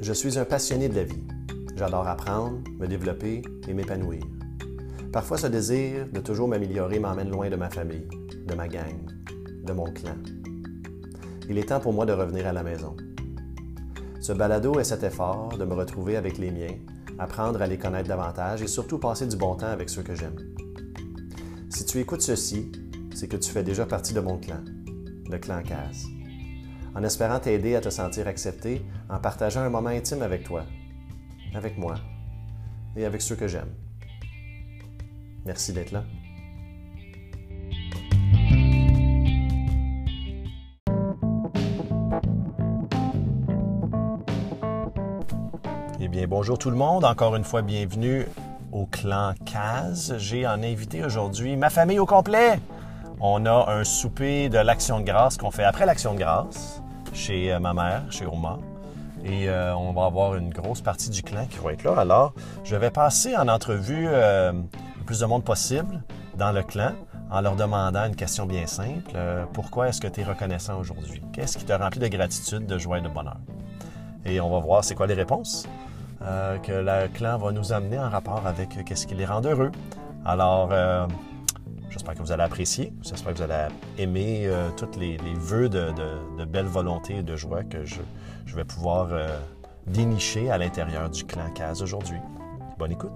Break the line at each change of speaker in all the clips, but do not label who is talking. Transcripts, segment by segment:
Je suis un passionné de la vie. J'adore apprendre, me développer et m'épanouir. Parfois, ce désir de toujours m'améliorer m'emmène loin de ma famille, de ma gang, de mon clan. Il est temps pour moi de revenir à la maison. Ce balado est cet effort de me retrouver avec les miens, apprendre à les connaître davantage et surtout passer du bon temps avec ceux que j'aime. Si tu écoutes ceci, c'est que tu fais déjà partie de mon clan, le clan CAS. En espérant t'aider à te sentir accepté, en partageant un moment intime avec toi, avec moi et avec ceux que j'aime. Merci d'être là. Eh bien, bonjour tout le monde. Encore une fois, bienvenue au clan Caz. J'ai en invité aujourd'hui ma famille au complet. On a un souper de l'Action de grâce qu'on fait après l'Action de grâce chez euh, ma mère, chez Oma. Et euh, on va avoir une grosse partie du clan qui va être là. Alors, je vais passer en entrevue euh, le plus de monde possible dans le clan en leur demandant une question bien simple. Euh, pourquoi est-ce que tu es reconnaissant aujourd'hui? Qu'est-ce qui te remplit de gratitude, de joie et de bonheur? Et on va voir c'est quoi les réponses euh, que le clan va nous amener en rapport avec euh, qu'est-ce qui les rend heureux. Alors, euh, j'espère que vous allez apprécier. J'espère que vous allez aimer euh, tous les, les vœux de, de- de belle volonté et de joie que je, je vais pouvoir euh, dénicher à l'intérieur du clan CAS aujourd'hui. Bonne écoute.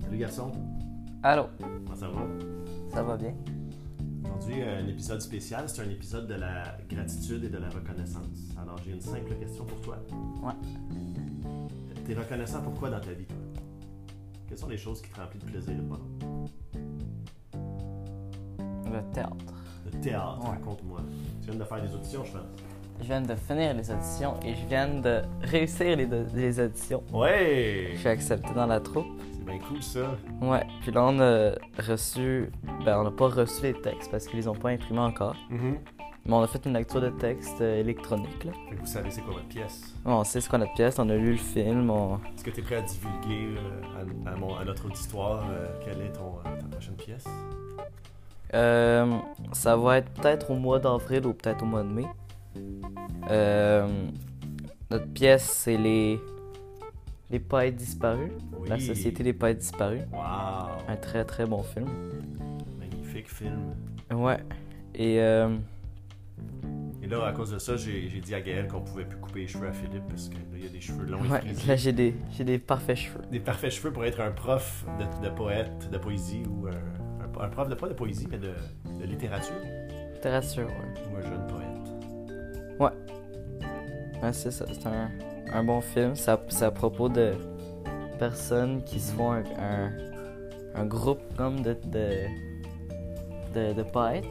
Salut garçon,
Allô,
comment ça va?
ça va bien?
Aujourd'hui, un épisode spécial, c'est un épisode de la gratitude et de la reconnaissance. Alors, j'ai une simple question pour toi.
Ouais.
T'es reconnaissant pour quoi dans ta vie, toi? Quelles sont les choses qui te remplissent de plaisir et de bonheur?
Le théâtre.
Le théâtre,
Ouais.
raconte-moi. Tu viens de faire des auditions, je pense.
Je viens de finir les auditions et je viens de réussir les, deux- les auditions.
Ouais!
Je suis accepté dans la troupe.
C'est bien cool, ça.
Ouais, puis là on a reçu. Ben, on n'a pas reçu les textes parce qu'ils les ont pas imprimés encore.
Mm-hmm.
Mais on a fait une lecture de texte euh, électronique là.
Fait que vous savez c'est quoi votre pièce.
Ouais, On sait ce qu'on a de pièce, on a lu le film, on.
Est-ce que t'es prêt à divulguer euh, à, à mon- à notre auditoire euh, quelle est ton, euh, ta prochaine pièce?
Euh, ça va être peut-être au mois d'avril ou peut-être au mois de mai. Euh, notre pièce, c'est les. Les pailles disparues.
Oui.
La Société des Poètes Disparus.
Wow!
Un très très bon film.
Magnifique film.
Ouais. Et euh,
Et là, à cause de ça, j'ai j'ai dit à Gaël qu'on pouvait plus couper les cheveux à Philippe parce que là, il y a des cheveux longs et
ouais,
frisés.
là j'ai des, j'ai des parfaits cheveux.
Des parfaits cheveux pour être un prof de, de poète, de poésie ou un, un- un prof de pas de poésie, mais de, de littérature
Je te rassure, ouais.
ou un jeune poète.
Ouais, c'est ça, c'est un, un bon film. C'est à, c'est à propos de personnes qui se font un, un, un groupe comme de, de, de, de poètes,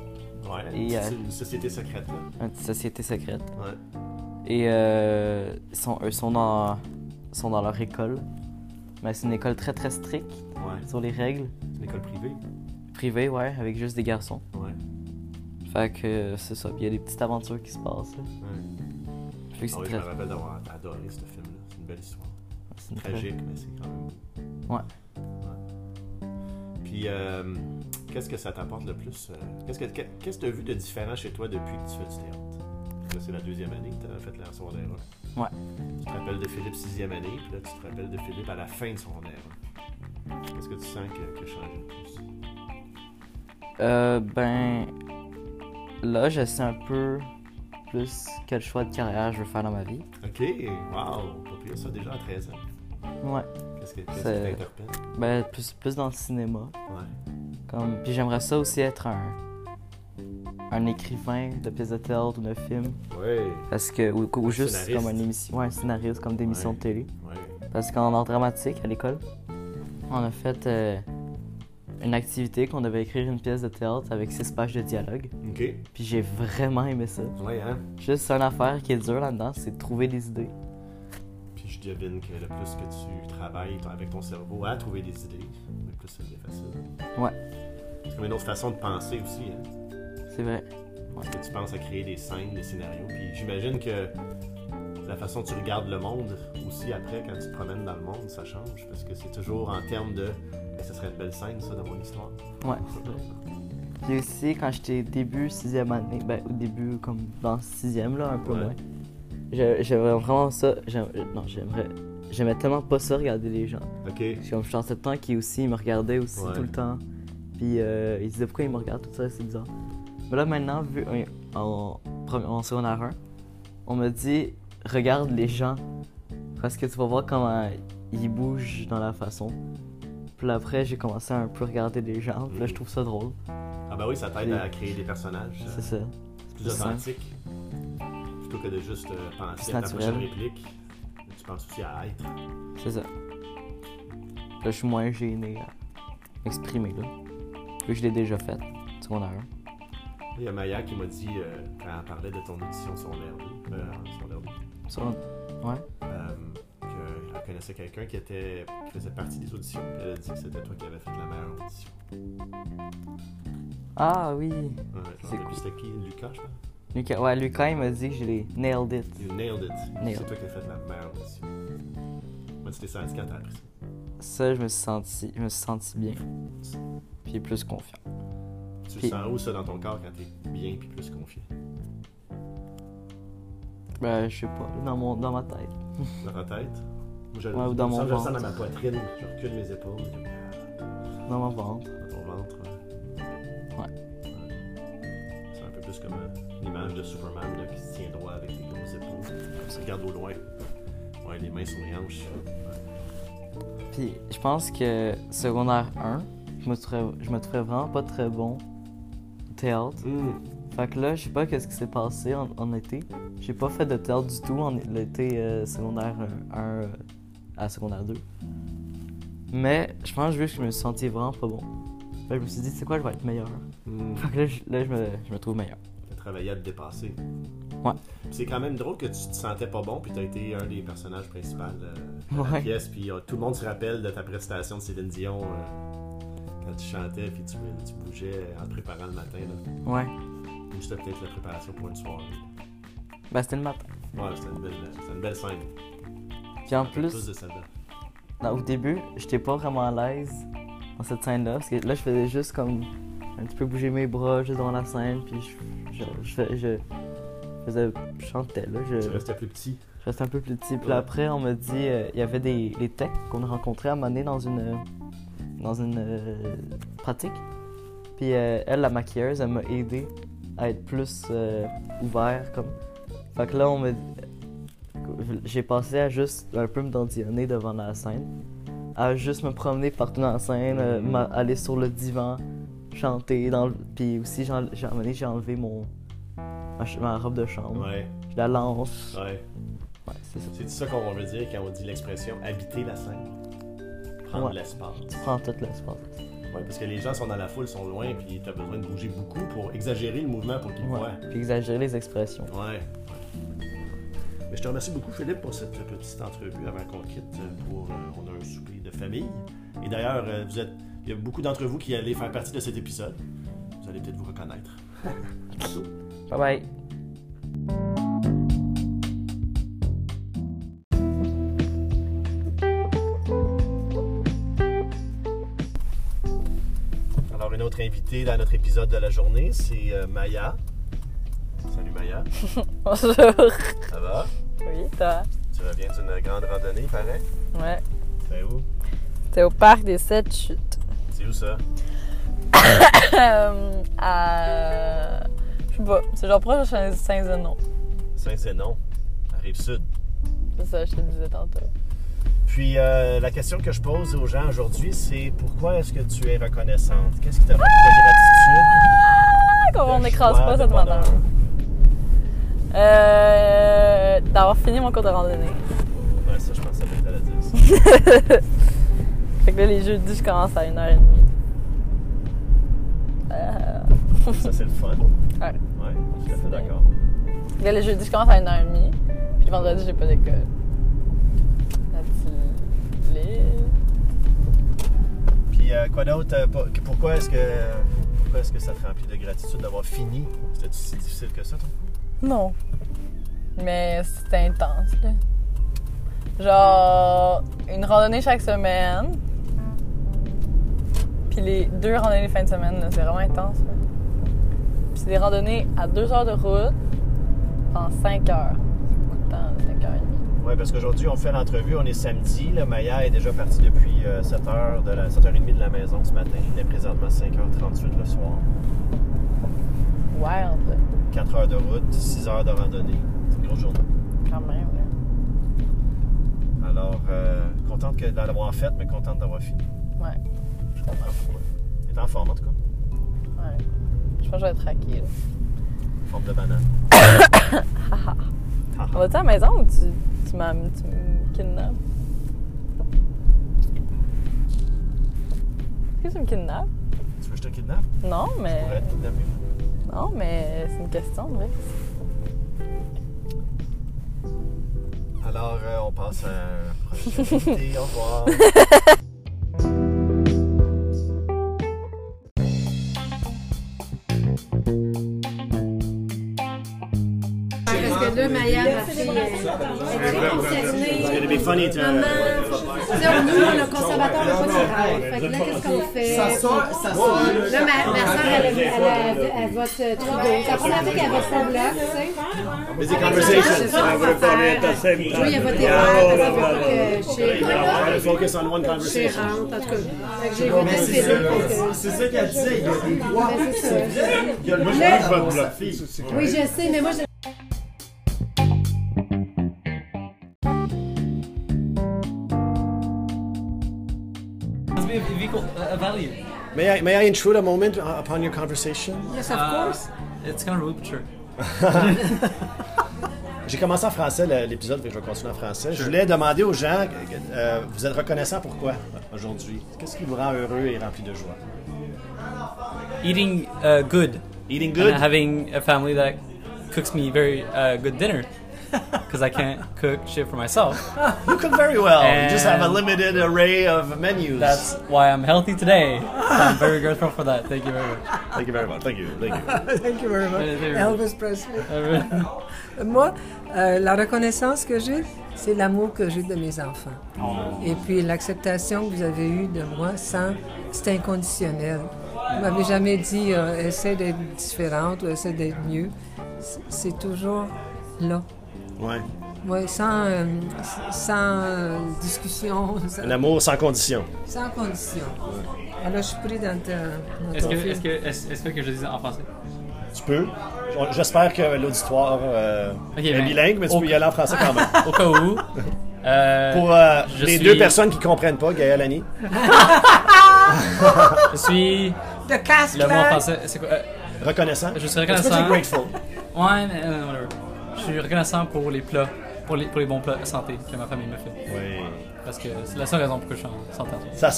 Ouais,
Et,
c'est
euh,
une société secrète là.
une petite société secrète.
Ouais.
Et euh, ils sont, eux sont dans, sont dans leur école. Mais c'est une école très très stricte
Ouais.
sur les règles.
C'est une école privée.
Privée, ouais, avec juste des garçons.
Ouais.
Fait que euh, c'est ça. Puis Il y a des petites aventures qui se passent. Là.
ouais.
Fait que
Ah
c'est
oui, je
très...
me rappelle d'avoir adoré ce film là. C'est une belle histoire.
c'est une très-
Tragique, mais c'est quand même.
Ouais.
Ouais. Puis, euh, qu'est-ce que ça t'apporte le plus euh, Qu'est-ce que tu que as vu de différent chez toi depuis que tu fais du théâtre Parce que C'est la deuxième année que tu as fait la secondaire 1.
Ouais.
Tu te rappelles de Philippe sixième année, puis là, tu te rappelles de Philippe à la fin de secondaire 1. Qu'est-ce que tu sens que, que change le plus
Euh, ben. Là, je sais un peu plus quel choix de carrière je veux faire dans ma vie.
Ok, wow, t'as pris ça déjà à 13 ans.
Ouais.
Qu'est-ce que qu'est-ce
C'est-
qui t'interpelle
Ben, plus, plus dans le cinéma.
Ouais.
Comme... Puis j'aimerais ça aussi être un. Un écrivain de pièces de théâtre ou de film.
Ouais.
Parce que. Ou, ou
Un
juste
scénariste.
comme une émission. Ouais, un scénariste, comme des émissions de
Ouais.
télé.
Ouais.
Parce qu'en art dramatique, à l'école, on a fait euh, une activité qu'on devait écrire une pièce de théâtre avec six pages de dialogue.
Ok.
Puis j'ai vraiment aimé ça.
Ouais, hein.
Juste une affaire qui est dure là-dedans, c'est de trouver des idées.
Puis je devine que le plus que tu travailles ton- avec ton cerveau à trouver des idées, le plus ça devient facile.
Ouais.
C'est comme une autre façon de penser aussi. Hein?
C'est vrai.
Parce que tu penses à créer des scènes, des scénarios. Puis j'imagine que la façon dont tu regardes le monde aussi après, quand tu te promènes dans le monde, ça change. Parce que c'est toujours en termes de. Eh, ce serait une belle scène, ça, dans mon histoire.
Ouais. Puis aussi, quand j'étais début sixième année, ben au début, comme dans sixième, là, un peu
Ouais.
moins, je- j'avais vraiment ça. j'aim- Non, j'aimerais. J'aimais tellement pas ça regarder les gens.
Ok.
Puis comme je suis en septembre qui aussi, il me regardait aussi
Ouais.
tout le temps. Puis euh, il se disait pourquoi il me regarde, tout ça, c'est bizarre. Mais là maintenant, vu euh, en, premi- en secondaire 1, on me dit regarde les gens. Parce que tu vas voir comment ils bougent dans la façon. Puis là, après, j'ai commencé à un peu regarder les gens. Puis là, je trouve ça drôle.
Ah, bah oui, ça t'aide
Et-
à créer des personnages.
C'est ça.
C'est plus
C'est ça.
authentique. Plutôt que de juste euh, penser
Plus
à ta
naturel.
prochaine réplique. Tu penses aussi à être.
C'est ça. Là, je suis moins gêné à m'exprimer, là. Vu que je l'ai déjà fait, secondaire 1.
Il y a Maya qui m'a dit, euh, quand elle parlait de ton audition sur l'air, euh, sur l'air,
Secondaire- Ouais.
euh, qu'elle connaissait quelqu'un qui, était, qui faisait partie des auditions. puis Elle a dit que c'était toi qui avais fait la meilleure audition.
Ah oui!
Ouais, je me
C'est
rappelle
cool.
plus C'était qui Lucas, je pense.
Lucas, ouais, Lucas, il m'a dit que je l'ai nailed it.
You nailed it.
Nailed.
C'est toi qui as fait la meilleure audition. Moi, tu t'es senti quand t'as appris ça.
Ça, je me suis senti, je me suis senti bien. Puis plus confiant.
Tu le
Puis-
sens où ça dans ton corps quand t'es bien puis plus confiant?
Ben, je sais pas, dans, mon, dans ma tête.
Dans ta tête? Moi, je,
Ouais, ou dans
je
mon
sens- je le sens
ventre.
dans ma poitrine. Je recule mes épaules. Dans
Dans mon ventre.
ton ventre. Ouais. Ouais. C'est un peu plus comme euh, l'image de Superman là, qui se tient droit avec des grosses épaules. Comme ça, regarde au loin. Ouais, les mains souriantes. Ouais.
Puis, je pense que secondaire 1, je me trouvais, je me trouvais vraiment pas très bon au théâtre.
Hum,
Fait que là, je sais pas qu'est-ce qui s'est passé en, en été. J'ai pas fait de théâtre du tout en l'été euh, secondaire 1 euh, à secondaire 2. Mais je pense juste que je me suis senti vraiment pas bon. Fait que je me suis dit, c'est quoi, je vais être meilleur.
hum.
Fait que là, je, là, je me, je me trouve meilleur.
T'as travaillé à te dépasser.
Ouais.
Puis C'est quand même drôle que tu te sentais pas bon, puis t'as été un des personnages principaux euh, de la
Ouais.
pièce, puis euh, tout le monde se rappelle de ta prestation de Céline Dion euh, quand tu chantais, puis tu, tu bougeais en te préparant le matin. Là.
Ouais.
Ou c'était peut-être la préparation pour une soirée.
Bah, c'était le matin.
Ouais, c'était une, belle- c'était une belle scène.
Puis en
Tous
plus,
de celle-là.
dans- au début, j'étais pas vraiment à l'aise dans cette scène-là. Parce que là, je faisais juste comme un petit peu bouger mes bras juste dans la scène. Puis je, je, je, fais- je faisais. Je chantais, là. Je,
Tu restais plus petit.
je restais un peu plus petit. Puis
Ouais.
là, après, on m'a dit. euh, Il y avait des les techs qu'on a rencontrés à un moment donné dans une. dans une euh, pratique. Puis euh, elle, la maquilleuse, elle m'a aidé à être plus euh, ouvert. comme. Fait que là, on m'a. J'ai passé à juste un peu me dandillonner devant la scène, à juste me promener partout dans la scène, euh, m'a- aller sur le divan, chanter. Dans le... Puis aussi, j'ai enle- j'ai à un moment donné, j'ai enlevé mon... ma, ch- ma robe de chambre.
Ouais,
Je la lance.
ouais.
Ouais, c'est ça.
C'est ça qu'on veut dire quand on dit l'expression habiter la scène. Prendre
Ouais.
l'espace.
Tu prends tout l'espace.
Ouais, parce que les gens sont dans la foule, sont loin, puis t'as besoin de bouger beaucoup pour exagérer le mouvement pour qu'ils
Ouais.
voient.
Puis exagérer les expressions.
Ouais. Mais je te remercie beaucoup, Philippe, pour cette petite entrevue avant qu'on quitte pour euh, on a un souper de famille. Et d'ailleurs, euh, vous êtes il y a beaucoup d'entre vous qui allez faire partie de cet épisode. Vous allez peut-être vous reconnaître.
Bye bye.
Alors, une autre invitée dans notre épisode de la journée, c'est euh, Maya. Salut Maya,
Bonjour.
ça va?
Oui, toi.
Tu reviens d'une grande randonnée, pareil?
Ouais.
C'est où?
T'es au parc des sept chutes.
C'est où ça?
Euh, à... Je sais pas. C'est genre proche de Saint-Zenon.
Saint-Zénon, la Rive-Sud.
C'est ça, je te disais tantôt.
Puis euh, la question que je pose aux gens aujourd'hui, c'est pourquoi est-ce que tu es reconnaissante? Qu'est-ce qui t'a fait de
Ah,
gratitude?
comment on
de
n'écrase
joie,
pas
de
cette
bonheur?
madame. Euh, D'avoir fini mon cours de randonnée.
Ouais, ça, je pense que ça peut être à la 10.
Fait que là, les jeudis, je commence à 1h30. Euh,
ça, c'est le fun.
ouais.
Ouais, je suis tout à fait d'accord.
Fait que là, les jeudis, je commence à 1h30. Puis le vendredi, j'ai pas d'école. La petite liste.
Puis euh, quoi d'autre? euh, pour- que- Pourquoi est-ce que, pourquoi est-ce que ça te remplit de gratitude d'avoir fini? C'était-tu si difficile que ça, toi?
Non. Mais c'était intense, là. Genre, une randonnée chaque semaine. Puis les deux randonnées les fins de semaine, là, c'est vraiment intense, là. Puis c'est des randonnées à deux heures de route en cinq heures. C'est beaucoup de temps, là, cinq heures et demie.
Oui, parce qu'aujourd'hui, on fait l'entrevue, on est samedi. Là, Maya est déjà partie depuis 7h, de la, 7h30 de la maison ce matin. Il est présentement 5h38 le soir.
Wild, là,
4 heures de route, 6 heures de randonnée. C'est une grosse journée.
quand même, hein. là.
Alors, euh, contente que- d'avoir fait, mais contente d'avoir fini.
Ouais,
Je comprends pourquoi. T'es en forme, en tout cas.
ouais. Je pense que je vais être raquée, là.
Forme de banane.
On va-tu à la maison ou tu, tu m'am- tu me kidnappes? Est-ce que tu me kidnappes?
Tu veux que je te kidnappe?
Non, mais.
Pour être kidnappé.
Non, mais c'est une question, en vrai.
Alors, euh, on passe à un prochain invité. Au revoir.
Ah, Parce que là, Maya, euh, ma fille, elle est très
gonna
concernée.
be funny to.
Maman, là, nous, le conservateur n'a pas de travail. Fait que là, qu'est-ce qu'on fait? Là, ma, ma soeur, elle, elle, elle, elle vote euh, Trudeau. Ça prend la fois qu'elle vote pour Bloc, tu
Oh!
Busy
sais.
conversations.
Ça, Ah, oh, on va faire. Joey, elle vote vert, parce qu'elle veut pas que
Focus on one
chez
conversation.
rentre. En tout cas, Fait que j'ai voté Philippe parce que...
C'est ça qu'elle disait, il y a des droits.
Ben, c'est ça.
Moi, je vote pour la fille.
Oui, je sais, mais moi, je...
value.
May I, may I intrude a moment upon your conversation?
Yes, of course.
Uh, It's kind of rupture.
Ah. J'ai commencé en français le- l'épisode, donc je vais continuer en français. Je voulais demander aux gens, euh, vous êtes reconnaissants pourquoi aujourd'hui? Qu'est-ce qui vous rend heureux et rempli de joie?
Eating uh, good.
Eating
And
good?
having a family that cooks me very uh, good dinner. Because I can't cook shit for myself.
You cook very well. You just have a
And-
limited array of menus.
That's why I'm healthy today. I'm very grateful for that. Thank you very much.
Thank you very much. Thank you. Thank you.
Thank you very much.
Very, very
Elvis Presley.
much.
Moi, euh, la reconnaissance que j'ai, c'est l'amour que j'ai de mes enfants.
Oh.
Et puis l'acceptation que vous avez eue de moi, sans, c'est inconditionnel. Vous m'avez jamais dit euh, essaie d'être différente ou essaie d'être mieux. C'est- C'est toujours là.
Ouais.
Ouais, sans, euh, sans euh, discussion,
Un
sans,
amour sans condition.
sans condition. Alors, je suis pris dans ta- dans
Est-ce
ton
que,
fil.
est-ce que, est-ce, est-ce que je dis en français?
Euh, Tu peux. J'espère que l'auditoire euh,
Ok,
est
ben,
bilingue, mais tu
au-
peux y aller en français quand même.
Au cas où. euh,
Pour euh,
Je
les
suis-
deux personnes qui comprennent pas, Gaël Annie.
je suis.
The cast
Le mot en
class.
français, c'est quoi? Euh,
Reconnaissant.
je suis
Est-ce que tu es
reconnaissant.
grateful?
Ouais, mais, euh, whatever. Je suis reconnaissant pour les plats, pour les, pour les bons plats santé que ma famille me fait.
Oui.
Parce que c'est la seule raison pour que je suis en santé. en fait.
C'est ça,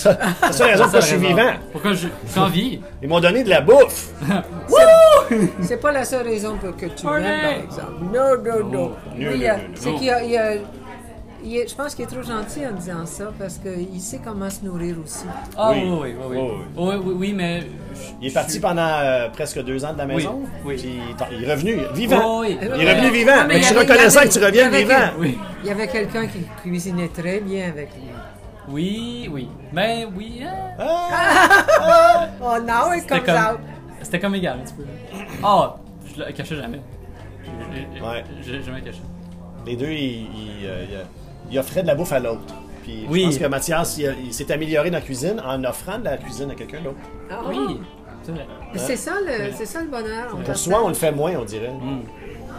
c'est ça la raison
C'est
pourquoi
la
je suis
raison.
vivant.
Pourquoi je j'en vis?
Ils m'ont donné de la bouffe.
C'est pas la seule raison pour que tu
Olé!
m'aimes, par exemple. Non, non, non.
Non,
Oui,
non,
il y a-
non, non,
C'est
non.
qu'il y a- il y a- il est- je pense qu'il est trop gentil en disant ça parce qu'il sait comment se nourrir aussi.
Ah
Oui.
oui, oui, oui. Oui,
Oui, oui.
oui, oui, oui, mais. je-
Il est parti pendant euh, presque deux ans de la maison.
oui.
Puis il est- il est revenu vivant.
Oui, oui.
Il est revenu
Euh,
vivant.
non,
Mais
il y
je suis
avait-
reconnaissant
il y
que tu reviens
avait-
vivant.
Oui,
Il y avait quelqu'un qui cuisinait très bien avec lui.
oui, oui. Mais oui, hein.
Oh, Ah! now it
c'était
comes
comme.
out.
C'était comme égal un petit peu. Ah, je le cachais jamais. Je- je-
Ouais.
Je l'ai jamais caché.
Les deux, ils, ils, euh, ils- ils offraient de la bouffe à l'autre. Puis
Oui.
je pense que Mathias, il, a- il s'est amélioré dans la cuisine en offrant de la cuisine à quelqu'un d'autre.
Ah,
Oui, c'est vrai.
mais C'est ça, le- c'est ça le bonheur. On
Pour
partage.
soi, on le fait moins, on dirait.
Mm.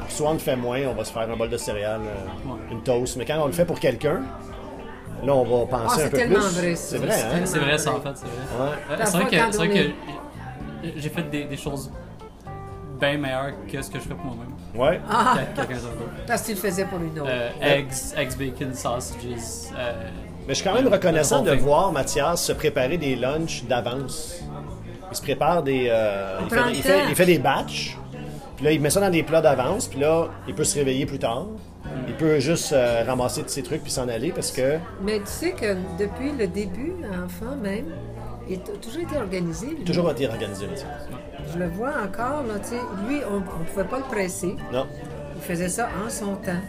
Pour soi, on le fait moins. On va se faire un bol de céréales, euh,
Ouais.
une toast. Mais quand on le fait pour quelqu'un, là, on va
Ah,
penser un
c'est
peu
tellement
plus.
vrai, ça.
C'est vrai,
C'est
hein?
C'est vrai, ça en fait, c'est vrai.
Ouais.
Euh,
La
C'est vrai
fois
que,
quand
c'est
on
vrai
est-
que j'ai- j'ai fait des, des choses bien meilleures que ce que je fais pour moi-même.
Ouais.
Ah,
que Quelqu'un d'autre.
parce qu'il le faisait pour une autre.
Euh, eggs, eggs, bacon, sausages. euh,
Mais je suis quand même reconnaissant
le
de
whole thing.
voir Mathias se préparer des lunchs d'avance. Il se prépare des. euh, il,
prend
fait,
le
il fait-
temps.
il fait des batchs. Puis là, il met ça dans des plats d'avance. Puis là, il peut se réveiller plus tard. Il peut juste euh, ramasser tous ses trucs puis s'en aller parce que.
Mais tu sais que depuis le début, enfant même, il a t- toujours été organisé. lui.
Toujours été organisé, Mathias.
Je le vois encore, là, tu sais, lui, on ne pouvait pas le presser.
Non.
Il Il faisait ça en son temps.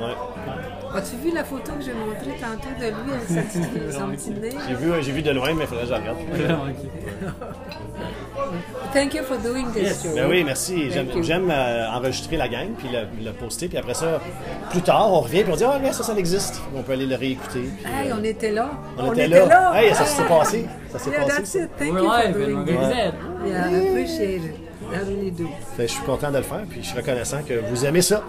Ouais.
As-tu vu la photo que j'ai montrée tantôt de lui avec sa petite- son petit nez?
J'ai vu, j'ai vu de loin, mais il faudrait que je la regarde.
Thank you for doing this show.
Ben oui, merci. J'aime-
Thank you.
J'aime euh, enregistrer la gang, puis le, le poster, puis après ça, plus tard, on revient, puis on dit « Ah, regarde, ça, ça existe. » On peut aller le réécouter. puis,
Hey,
euh,
on était là.
on, était là. Hey, ça s'est
Hey.
passé. Ça s'est
Yeah, that's
passé.
it. Thank
We're
you for
live
doing
and
this.
we're dead.
Yeah, I appreciate it. I really do.
Fait que je suis content de le faire, puis je suis reconnaissant que vous aimez ça.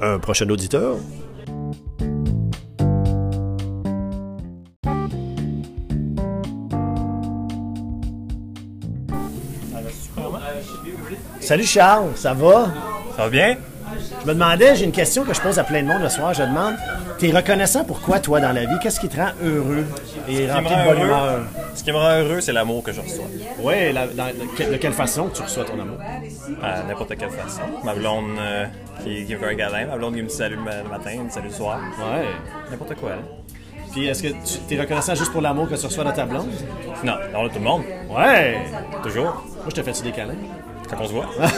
Un prochain auditeur. ah, hein?
Euh,
Salut Charles, ça va?
Ça va bien?
Je me demandais, j'ai une question que je pose à plein de monde le soir. Je demande, t'es reconnaissant pour quoi, toi, dans la vie? Qu'est-ce qui te rend heureux et
me
rempli
rend
de bonne
heureux?
humeur?
Ce qui me rend heureux, c'est l'amour que je reçois.
Oui, de quelle façon tu reçois ton amour?
À n'importe quelle façon. Ma blonde euh, qui, qui me fait un câlin, ma blonde qui me salue le ma- le matin, me salue le soir.
Ouais.
N'importe quoi. hein. là.
Puis est-ce que tu t'es reconnaissant juste pour l'amour que tu reçois de ta blonde?
Non, non, là, tout le monde.
Ouais!
Toujours.
Moi, je te fais-tu des câlins?
Quand on se voit.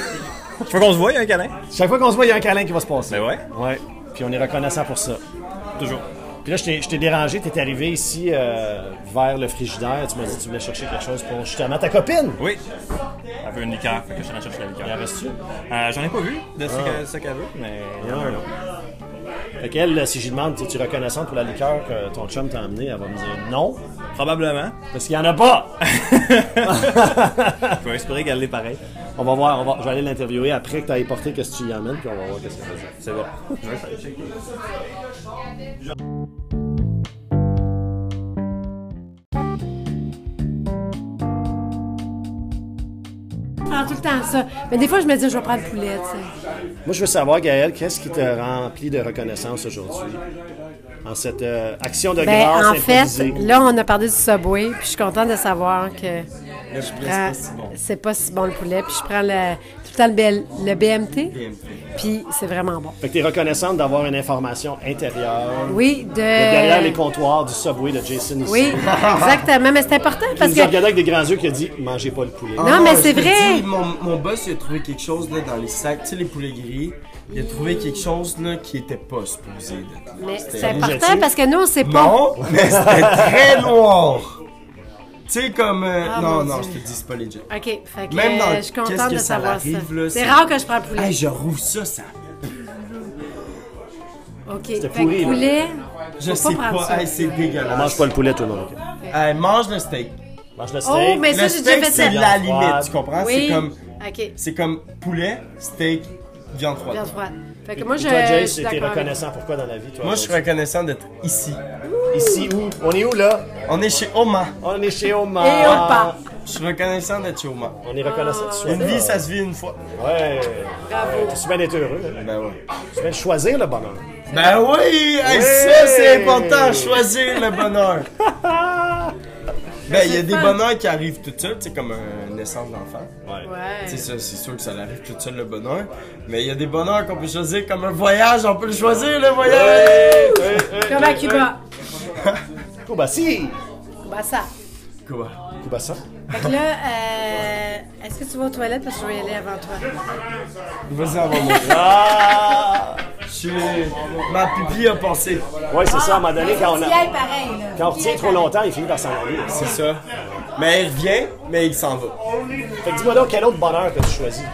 Faut qu'on se voit, il y a un câlin.
Chaque fois qu'on se voit, il y a un câlin qui va se passer.
Ben ouais.
Ouais. Puis on est reconnaissant pour ça.
Toujours.
Puis là, je t'ai- je t'ai dérangé, t'es arrivé ici euh, vers le frigidaire. Tu m'as dit que tu voulais chercher quelque chose pour justement ta copine.
Oui. Elle veut une liqueur, fait que je suis allé chercher la liqueur.
La restes-tu?
Euh, J'en ai pas vu de
Ah.
ce que- ce qu'elle veut, mais il y en a un autre.
Fait qu'elle, là, si je lui demande, es-tu reconnaissante pour la liqueur que ton chum t'a amenée, elle va me dire non,
Probablement.
parce qu'il n'y en a pas.
Je vais espérer qu'elle l'est pareil.
on va voir, on va, je vais aller l'interviewer après que tu aies porté, qu'est-ce que tu y amènes, puis on va voir qu'est-ce que ça dit.
C'est bon.
Je prends tout le temps ça. Mais des fois, je me dis, je vais prendre le poulet, tu sais.
Moi, je veux savoir, Gaël, qu'est-ce qui te remplit de reconnaissance aujourd'hui en cette euh, action de
Ben,
grâce
en fait,
improvisée?
là, on a parlé du Subway, puis je suis contente de savoir que je prends... C'est pas si bon le poulet, puis je prends le... tout le temps le, BL le BMT, puis c'est vraiment bon.
Fait que t'es reconnaissante d'avoir une information intérieure
Oui, de...
derrière les comptoirs du Subway de Jason ici.
Oui, exactement, mais c'est important
Il
parce
nous a
que...
regardé avec des grands yeux qui a dit « Mangez pas le poulet
Non, mais
Ah je
c'est
te
vrai.
dis, mon, mon boss, il a trouvé quelque chose là, dans les sacs, tu sais, les poulets gris. Il a trouvé quelque chose là, qui était pas supposé d'être là.
Mais c'est
C'était-
important parce que nous, on sait pas...
Non, mais c'était très noir. Tu sais, comme. euh,
Ah,
non,
mon
non,
Dieu.
je te dis, c'est pas legit.
OK, fait que
Même dans
euh,
le-
je suis
qu'est-ce
contente
que
de
ça
savoir
arrive,
ça.
là,
C'est
c'est-
rare que je prends le poulet.
Hey, je rouvre ça, ça.
OK, fait
pourri,
que
là.
poulet...
Je
Faut
sais
pas prendre
pas.
ça.
Hey, c'est dégueulasse. ».
Mange pas le poulet, tout le monde. ok.
Hey, mange le steak.
Mange le steak.
Oh, mais ça,
le
j'ai déjà
steak,
fait
c'est
ça.
la
Viande froide.
limite, tu comprends?
Oui,
C'est comme,
OK,
c'est comme poulet, steak, viande froide.
viande froide. Fait que moi,
Et
je...
Toi,
je
Jace,
suis
t'es
d'accord avec-
reconnaissant pourquoi dans la vie, toi?
Moi, je suis
aujourd'hui?
reconnaissant d'être ici.
Ici, où? On est où, là?
On est chez Oma.
On est chez Omar.
Et on part.
Je suis reconnaissant d'être chez Oma.
On est reconnaissant de soi.
Une vie, ça se vit une fois.
Ouais. Bravo. Tu bien d'être heureux. hein.
Ben oui.
Tu bien de choisir le bonheur.
Ben oui! Hey,
Ouais.
Ça, c'est important, choisir le bonheur. ben, il y a des bonheurs qui arrivent tout seuls, tu sais, comme une naissance d'enfant.
Ouais.
Tu sais, ça, c'est sûr que ça arrive tout seul, le bonheur. Mais il y a des bonheurs qu'on peut choisir comme un voyage, on peut le choisir, le voyage!
Comme à Cuba.
Koubassi!
Bah ça.
Quoi?
Koubassa?
Fait que là, euh, est-ce que tu vas aux toilettes parce que je vais y aller avant toi?
Vas-y, avant-moi.
Ah!
Je suis... Ma pupille a pensé.
Ouais, c'est ça, à un moment
Ah,
donné, quand on,
Ah,
a-
pareil, là.
quand on retient trop longtemps, il finit par s'en aller.
C'est ça. Mais il revient, mais il s'en va.
Fait que dis-moi donc, quel autre bonheur que tu choisis?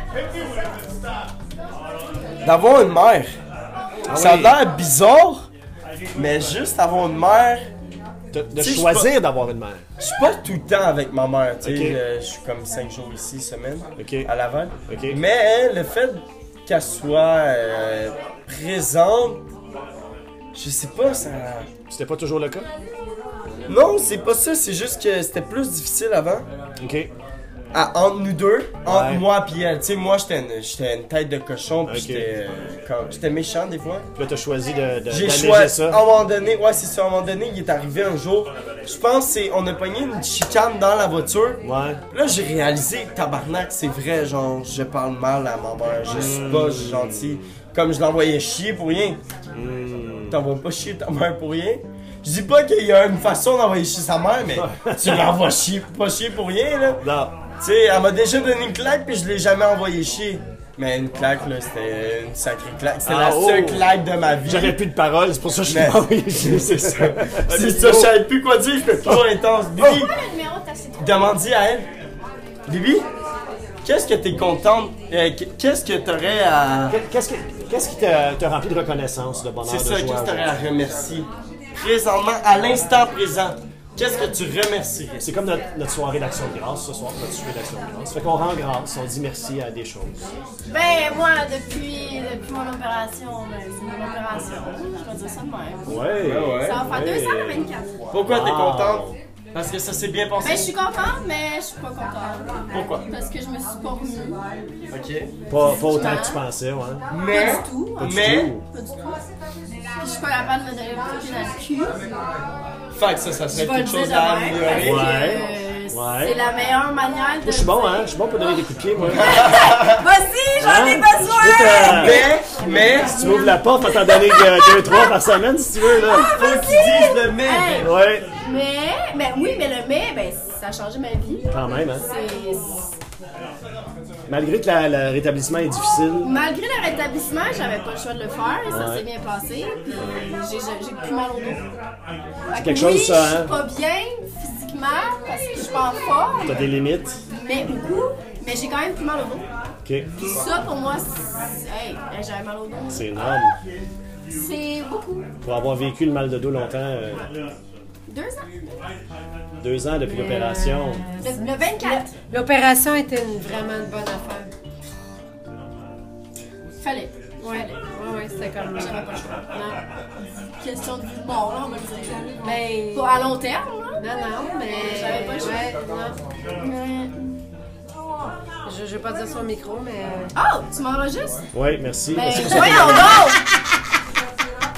D'avoir une mère.
Ah
ça a l'air bizarre, mais juste avoir une mère,
De, de
Tu sais, je
choisir
suis
d'avoir une mère.
je suis pas tout le temps avec ma mère. Tu sais, euh, je-
Ok.
je suis comme 5 jours ici, semaine,
Ok.
à Laval.
Ok.
Mais hein, le fait qu'elle soit euh, présente, je sais pas, ça.
C'était pas toujours le cas?
Non, c'est pas ça, c'est juste que c'était plus difficile avant.
OK.
Ah, entre nous deux, entre
Ouais.
moi puis elle. Tu sais, moi, j'étais une, j'étais une tête de cochon, puis
Ok.
j'étais, euh, quand- j'étais méchant des fois.
Puis là, t'as choisi de, de,
J'ai
d'alléger
choisi. À un
ça.
moment donné, ouais, c'est ça. À un moment donné, il est arrivé un jour. Je pense c'est on a pogné une chicane dans la voiture.
Ouais.
Là, j'ai réalisé, tabarnak, c'est vrai, genre, je parle mal à ma mère. Je suis pas
Hmm.
gentil. Comme je l'envoyais chier pour rien.
Hmm.
T'envoies pas chier ta mère pour rien. Je dis pas qu'il y a une façon d'envoyer chier sa mère, mais tu l'envoies chier, pas chier pour rien, là.
Non.
Tu sais, elle m'a déjà donné une claque, puis je l'ai jamais envoyé chier. Mais une claque, là, c'était une sacrée claque. C'était la
Ah,
seule
oh!
claque de ma vie.
J'aurais plus de paroles, c'est pour ça que je suis
Mais-
Ah oui, c'est c'est ça.
C'est ça, je savais plus quoi dire, j'étais trop
Oh!
intense. Bibi, demandez à elle. Bibi, qu'est-ce que t'es contente? euh, qu'est-ce que t'aurais à.
Qu'est-ce que- qu'est-ce qui t'a t'a rempli de reconnaissance, de bonheur,
C'est
de
ça, qu'est-ce
joie?
que t'aurais à remercier? Présentement, à l'instant présent, qu'est-ce que tu remercierais?
C'est comme notre, notre soirée d'action de grâce, ce soir, notre soirée d'action de grâce. Fait qu'on rend grâce, on dit merci à des choses.
Ben, moi, depuis, depuis mon opération, ben, c'est mon opération, je vais dire ça de même.
Ouais,
ouais.
Ça va faire
Ouais.
deux ans à 24.
Pourquoi t'es
Wow.
contente? Parce que ça s'est bien passé.
Ben, je suis contente, mais je suis pas contente.
Pourquoi?
Parce que je me suis pas revenue.
Ok.
Pas, pas autant que tu hein? pensais, ouais.
Mais.
Pas du tout.
Mais.
Pas du tout. Je suis pas capable de me donner le pied dans le cul.
Fait que ça, ça
Je
serait
vais le
quelque
dire de
chose à
même. parce
améliorer.
que,
Ouais.
euh,
Ouais.
C'est la meilleure manière de.
Moi, je suis bon, hein? Je suis bon pour donner des coups de pied, moi.
Vas-y, Bah j'en ai
Hein?
besoin!
Putain!
Mais, mais,
Tu m'ouvres la porte, faut t'en donner euh, deux, trois par semaine, si tu veux, là.
faut que tu dises le mais.
Ah, Hey,
Ouais,
Mais, ben oui, mais le mais, ben ça a changé ma vie.
quand même, hein?
C'est-
Malgré que la- le rétablissement est difficile,
Malgré le rétablissement, j'avais pas le choix de le faire et ça
Ouais.
s'est bien passé. Puis j'ai- j'ai j'ai plus mal au dos. Fait que
quelque
oui,
chose, ça,
Je
hein?
suis pas bien physiquement parce que je suis pas en forme,
t'as des limites.
mais beaucoup. Mais j'ai quand même plus mal au dos.
OK,
Puis ça, pour moi, c'est- hey, hey, j'avais mal au dos.
c'est énorme.
C'est beaucoup.
Pour avoir vécu le mal de dos longtemps, euh,
Deux ans. Euh,
deux ans depuis l'opération.
Le, le 24.
L'opération était une- vraiment une bonne affaire.
Fallait.
Ouais, ouais, ouais, c'était comme.
J'avais pas le choix. Non. Question de mort, là, on va le dire.
Ben,
Pas à long terme, là.
non, non, mais.
J'avais pas le choix.
Ouais, non. Je, je vais pas dire sur le micro, mais. euh,
Oh, tu m'enregistres?
Ouais, merci.
Ben,
C'est
voyons donc!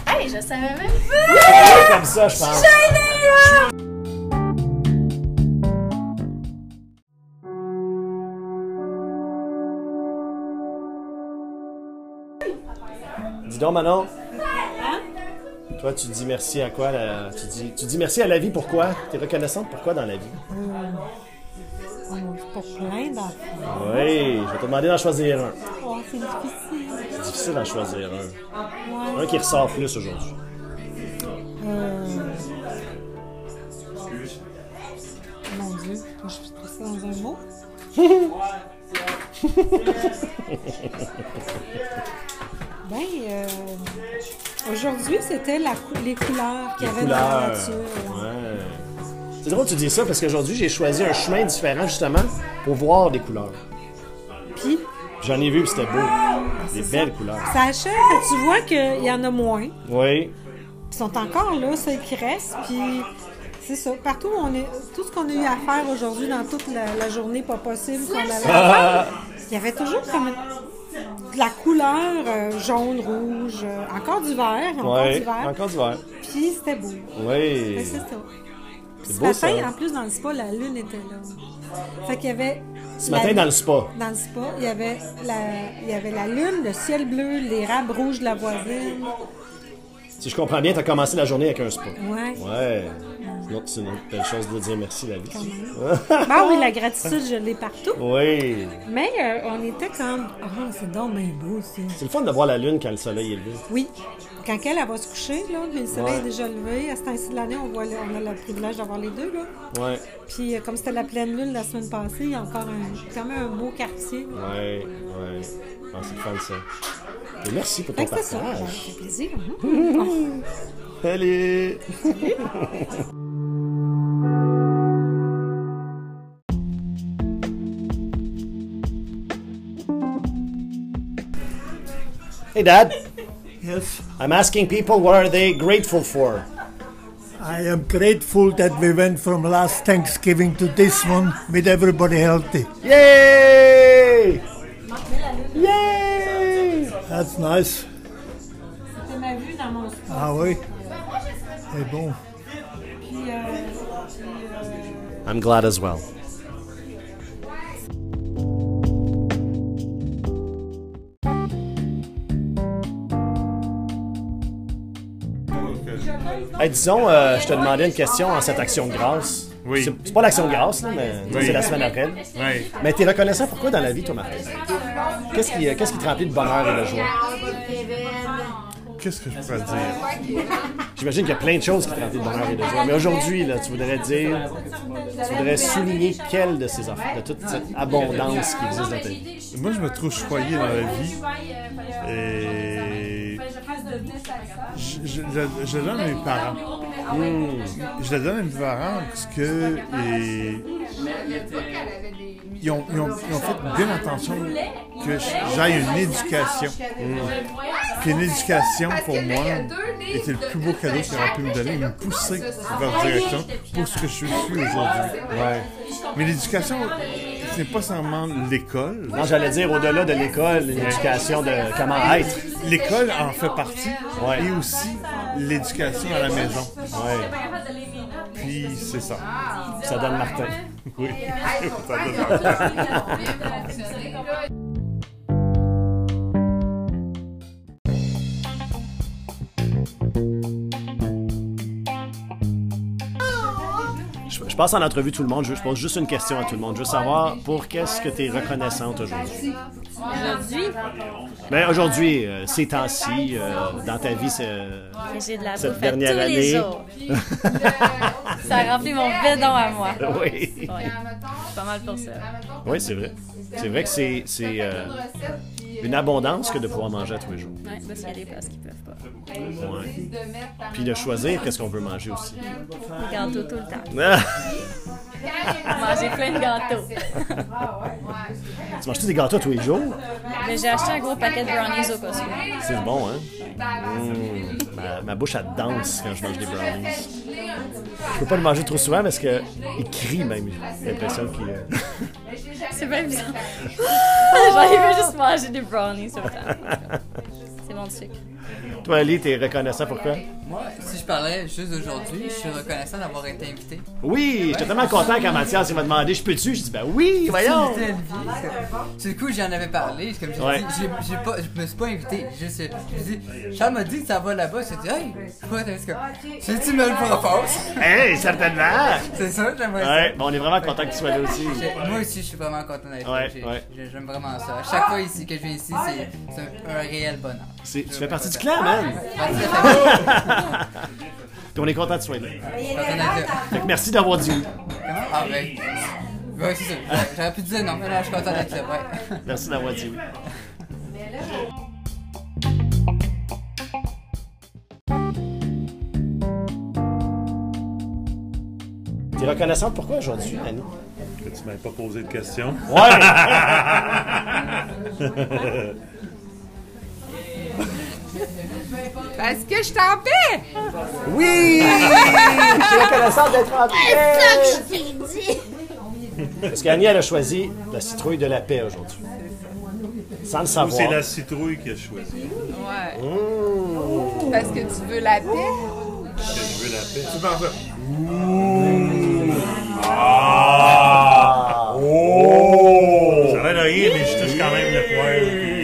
hey, je savais même pas! hein!
comme ça, je pense. Dis donc, Manon. Toi, tu dis merci à quoi? la- Tu, dis... tu dis merci à la vie, pourquoi? T'es reconnaissante pourquoi dans la vie?
Euh, Pour plein d'enfants.
Oui, je vais te demander d'en choisir un.
Oh, c'est difficile.
C'est difficile d'en choisir un. Un qui ressort plus aujourd'hui.
Euh... Mon Dieu, moi, je peux dire ça dans un mot. Hein? ben, euh, aujourd'hui, c'était la cou- les couleurs qu'il y avait dans la
Couleur.
nature.
Ouais. C'est drôle que tu dis ça parce qu'aujourd'hui, j'ai choisi un chemin différent justement pour voir des couleurs.
Puis,
J'en ai vu, puis c'était beau. Des belles couleurs.
ça achève que tu vois qu'il y en a moins.
Oui.
Ils sont encore là, celles qui restent. Puis c'est ça. Partout, où on est, tout ce qu'on a eu à faire aujourd'hui dans toute la, la journée pas possible qu'on avait à
Ah!
faire, il y avait toujours comme une- de la couleur euh, jaune, rouge, euh, encore du vert, encore
Ouais.
du vert.
Encore du vert.
Puis c'était beau. Fait que
Oui.
c'est ça. Puis ce
beau,
matin, hein.
ça.
en plus, dans le spa, la lune était là. Fait qu'il y avait.
Ce matin, dans le spa.
Dans le spa, il y, avait la, il y avait la lune, le ciel bleu, les rabes rouges de la voisine.
Si je comprends bien, t'as commencé la journée avec un spa.
Ouais.
Ouais. C'est une autre- C'est une autre belle chose de dire merci la vie.
Ah oui, la gratitude, je l'ai partout.
Oui.
Mais euh, on était comme, ah, c'est donc bien beau, ça.
C'est le fun de voir la lune quand le soleil est levé.
Oui. Quand elle, elle va se coucher, là, mais le soleil
Ouais.
est déjà levé. À ce temps-ci de l'année, on, voit le- on a le privilège d'avoir les deux, là.
Ouais.
Puis, euh, comme c'était la pleine lune la semaine passée, il y a encore un, quand même un beau quartier.
Ouais. Ouais. Ah, c'est le fun ça. Et merci pour
Fait que
ton
c'est ça. Ça
partage.
fait plaisir. hein.
Salut. Hey, Dad.
Yes,
I'm asking people what are they grateful for?
I am grateful that we went from last Thanksgiving to this one with everybody healthy.
Yay! Yay!
That's nice.
C'était ma vue dans mon spa.
Ah oui. C'est bon.
Puis, euh, puis, euh,
I'm glad as well.
Hey, disons, euh, je te demandais une question en cette action de grâce. Oui. C'est c'est pas l'action de grâce, là, mais tu sais,
Oui.
c'est la semaine après.
Oui.
Mais t'es reconnaissant pourquoi dans la vie, toi, Martin? Qu'est-ce qui, euh, qu'est-ce qui te remplit de bonheur et de joie?
Qu'est-ce que je pourrais dire?
J'imagine qu'il y a plein de choses qui te remplissent de bonheur et de joie. Mais aujourd'hui, là, tu voudrais dire, tu voudrais souligner quelle de ces affaires, de toute cette abondance qui existe dans ta vie.
Moi, je me trouve choyé dans la vie. Et je, je- je- je le donne à mes parents.
Hmm.
Je le donne à mes parents parce que et- ils, ont, ils ont- ils ont fait bien attention que j'aille une éducation. Puis une éducation, pour moi, était le plus beau cadeau qu'ils auraient pu me donner, me pousser vers la direction pour ce que je suis aujourd'hui. Mais l'éducation, c'est pas seulement l'école.
Non, j'allais dire au-delà de l'école, une éducation de comment être.
L'école en fait partie. Et aussi l'éducation à la maison. Puis c'est ça.
Ça donne Martin.
Oui.
Ça donne Martin. Je, je passe en entrevue tout le monde, je, je pose juste une question à tout le monde. Je veux savoir pour qu'est-ce que tu es reconnaissante aujourd'hui.
Aujourd'hui,
Mais aujourd'hui, euh, ces temps-ci, euh, dans ta vie, c'est, euh,
j'ai de la bouffe à
cette dernière
tous
année.
les jours. ça a rempli mon bédon à moi.
Oui.
Ouais. C'est pas mal pour ça.
Oui, c'est vrai. C'est vrai que c'est c'est, euh, une abondance que de pouvoir manger à tous les jours.
Ouais, parce qu'il y a des places qui peuvent pas.
Ouais. Puis de choisir qu'est-ce qu'on veut manger aussi.
Des gâteaux tout le temps.
Ah!
Manger plein de gâteaux.
Ah,
tu manges tous des gâteaux tous les jours?
Mais j'ai acheté un gros paquet de brownies au Costco.
C'est bon, hein? Mm. Ma, ma bouche, elle danse quand je mange des brownies. Je peux pas le manger trop souvent parce que il crie même. J'ai l'impression qu'il... euh,
C'est bien bizarre. J'arrive juste manger des brownies tout le temps. C'est mon sucre.
Toi, Ali, t'es reconnaissant pourquoi?
Moi, si je parlais juste d'aujourd'hui, je suis reconnaissant d'avoir été invité.
Oui! J'étais tellement content quand Mathias il m'a demandé « Je peux-tu? » Je dis « Ben oui, voyons!
C'était une vie, c'est- Du coup, j'en avais parlé. Comme j'ai
Ouais.
dit, j'ai- j'ai pas- je me suis pas invité. Je sais- je dis, Charles m'a dit que ça va là-bas. J'ai dit, hey, quoi, t'as dit J'ai-tu me le propose?
Hey, certainement!
C'est ça, j'aimerais ça.
Ouais, ben on est vraiment content que tu sois là aussi.
J'ai- Moi aussi, je suis vraiment content d'être
Ouais,
là. J'ai-
ouais.
j'ai- J'aime vraiment ça. À chaque fois ici que je viens ici, c'est- c'est un, un réel bonheur.
C'est- Tu fais partie du clan, man!
Partie de la famille.
Puis on est content de soigner.
Content d'être là.
Fait que merci d'avoir dit oui.
Ah, ben. Ouais, c'est ça. J'aurais pu dire non, mais là, je suis content d'être là. Ouais.
Merci d'avoir dit oui. T'es reconnaissante pourquoi aujourd'hui, Annie?
Que tu m'avais pas posé de questions.
Ouais!
Parce que je t'en paix!
Oui! Je suis reconnaissante d'être en paix! Parce qu'Annie, elle a choisi la citrouille de la paix aujourd'hui. Sans le
Ou c'est
savoir. Mmh.
la citrouille qui a choisi.
Ouais. Parce que tu veux la paix?
Que je veux la paix. C'est parfait.
Ah! Oh!
Ça va de rire, mais je touche quand même le point.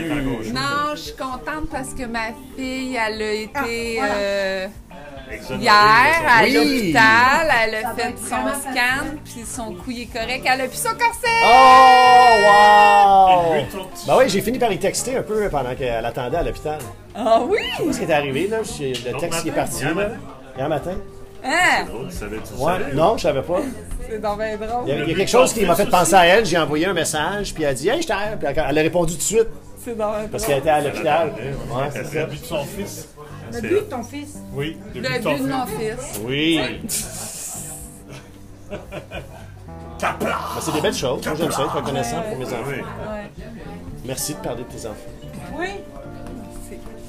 Tant gauche.
Non, je suis contente parce que ma fille, elle a été
Ah, voilà.
euh,
Exonérée.
hier à
Oui.
l'hôpital. Elle a fait son scan, puis son cou il est correct. Elle a pu son corset!
Oh, wow! Ben oui, j'ai fini par y texter un peu pendant qu'elle attendait à l'hôpital.
Ah oui?
Je sais pas ce qui est arrivé, là. Je- Le texte qui est parti.
Hier
là. Hier matin?
Hein?
Tu savais, tu
Ouais.
savais.
Non, je savais pas.
C'est donc bien drôle.
Il y a, il y a quelque chose qui m'a fait penser à elle. J'ai envoyé un message, puis elle a dit Hey, je t'aime. Puis elle elle a répondu tout de suite.
C'est donc bien
Parce
drôle.
qu'elle était à l'hôpital. Ouais,
Elle
c'est
s'est
ça.
abusée de son fils.
Le
C'est-
but de ton fils.
Oui,
Le
but
but de mon fils.
Oui.
Capla!
Ben, c'est des belles choses. Moi, j'aime ça, être reconnaissant pour mes enfants.
Ouais.
Merci de parler de tes enfants.
Oui.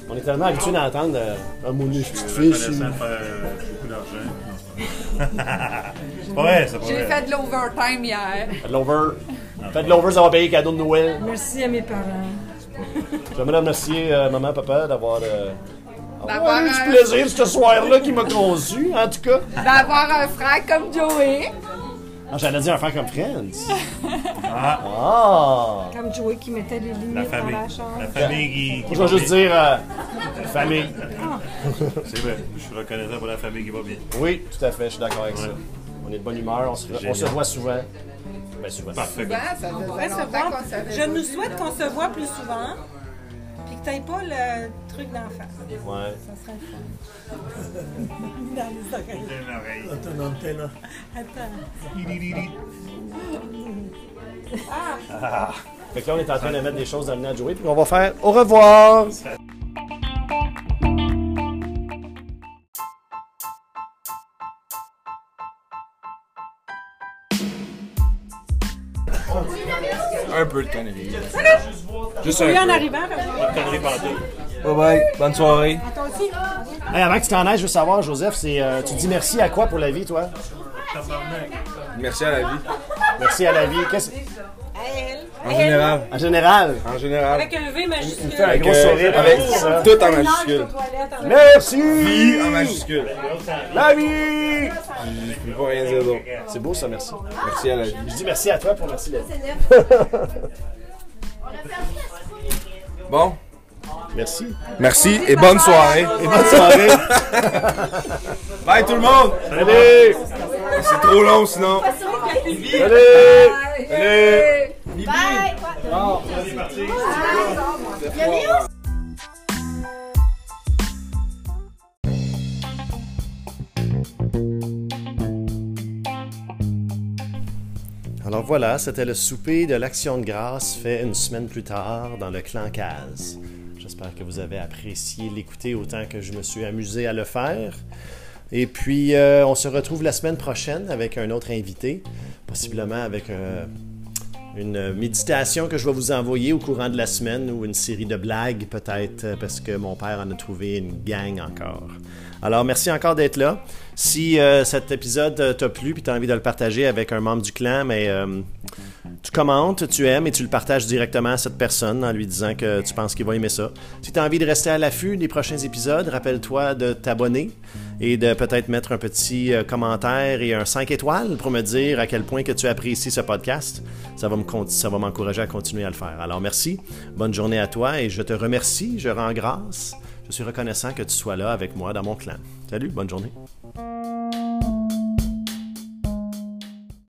On est tellement habitués d'entendre euh, Ah, mon petit
Je suis
fils.
reconnaissant de faire euh, beaucoup d'argent. C'est pas vrai, c'est pas
J'ai
vrai. Ah,
fait de l'overtime hier.
Faites de l'over. Faites de l'over, ça va payer cadeau de Noël.
Merci à mes parents.
J'aimerais remercier euh, maman, papa d'avoir. euh,
D'avoir
eu
un-
du plaisir ce soir-là qui m'a conçu, en tout cas.
D'avoir un frère comme Joey.
Ah, J'allais dire un frère comme Friends.
Ah!
Ah!
Comme Joey qui mettait les limites
La
dans
famille.
la chambre.
La famille qui. qui
Je
va
vais juste
bien.
dire euh, famille.
C'est vrai, je suis reconnaissant pour la famille qui va bien.
Oui, tout à fait, je suis d'accord avec ça. On est de bonne humeur, on se, on se voit souvent. Ben, souvent.
Souvent, Hein, ça
On
fait
pourrait se
longtemps
voir-
qu'on s'avait Je
pas
nous
vu
souhaite qu'on
longtemps.
se voit plus souvent, hein. puis que t'aies pas le truc d'en face.
Ouais.
Ça serait le fun. Dans les oreilles.
Attends, antenne.
Attends. Ah!
Ah. Fait que là, on est en train de mettre des choses dans le nez à Joey, puis on va faire au revoir!
Un peu de conneries.
Juste un Oui, en peu. arrivant, ben, parce que- Pas de
conneries Bye bye, bonne soirée.
Attends aussi.
Hey, avant que tu t'en ailles, je veux savoir, Joseph, c'est, euh, tu dis merci à quoi pour la vie, toi?
Merci à la vie.
Merci à la vie. Qu'est-ce-
En général.
En général.
En général.
Avec un V
Il
majuscule.
me fait un gros sourire avec ça. Tout en majuscule.
Merci!
Vie en majuscule.
La
Je
vie!
je peux pas rien dire d'autre.
C'est beau ça, merci.
Merci à la vie.
Je dis merci à toi pour merci la vie.
Bon.
Merci.
Merci et bonne soirée.
Et bonne soirée.
Bye tout le monde.
Salut.
C'est trop long sinon.
Salut.
Salut.
Bye!
Bon,
on est parti. Il y a Léo
Léo.
Alors voilà, c'était le souper de l'Action de grâce fait une semaine plus tard dans le clan Caz. J'espère que vous avez apprécié l'écouter autant que je me suis amusé à le faire. Et puis, euh, on se retrouve la semaine prochaine avec un autre invité, possiblement avec euh, une méditation que je vais vous envoyer au courant de la semaine ou une série de blagues peut-être euh, parce que mon père en a trouvé une gang encore. Alors merci encore d'être là. Si euh, cet épisode euh, t'a plu puis tu as envie de le partager avec un membre du clan, mais euh, tu commentes, tu aimes et tu le partages directement à cette personne en lui disant que tu penses qu'il va aimer ça. Si tu as envie de rester à l'affût des prochains épisodes, rappelle-toi de t'abonner et de peut-être mettre un petit euh, commentaire et un 5 étoiles pour me dire à quel point que tu apprécies ce podcast. Ça va me con- ça va m'encourager à continuer à le faire. Alors merci, bonne journée à toi et je te remercie, je rends grâce. Je suis reconnaissant que tu sois là avec moi dans mon clan. Salut, bonne journée.